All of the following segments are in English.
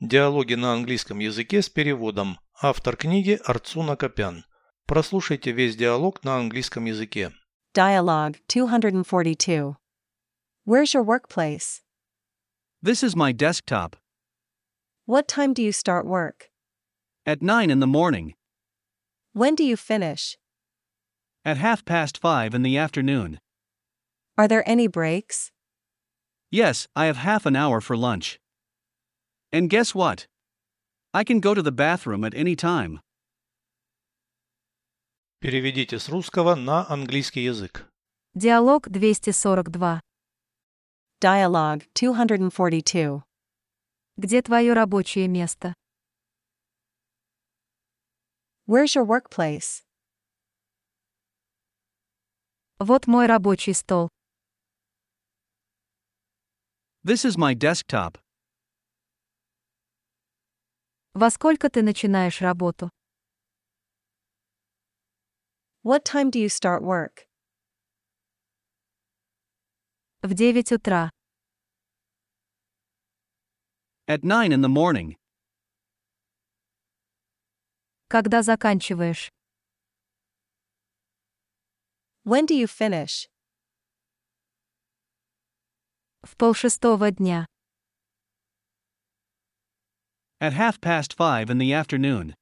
Диалоги на английском языке с переводом. Автор книги Арцуна Копян. Прослушайте весь диалог на английском языке. Dialogue 242. Where's your workplace? This is my desktop. What time do you start work? At 9 in the morning. When do you finish? At half past 5 in the afternoon. Are there any breaks? Yes, I have half an hour for lunch. And guess what? I can go to the bathroom at any time. Переведите с русского на английский язык. Диалог 242. Dialogue 242. Где твое рабочее место? Where's your workplace? Вот мой рабочий стол. This is my desktop. Во сколько ты начинаешь работу? What time do you start work? В 9 утра. At 9 in the morning. Когда заканчиваешь? When do you finish? В полшестого дня. At half past 5 in the afternoon.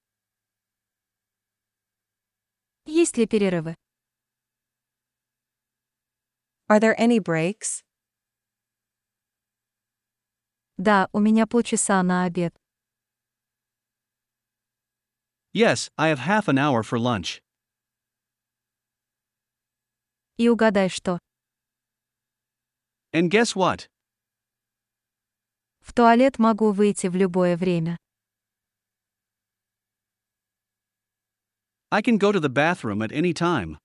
Есть ли перерывы? Are there any breaks? Да, у меня полчаса на обед. Yes, I have half an hour for lunch. И угадай что? And guess what? В туалет могу выйти в любое время. I can go to the bathroom at any time.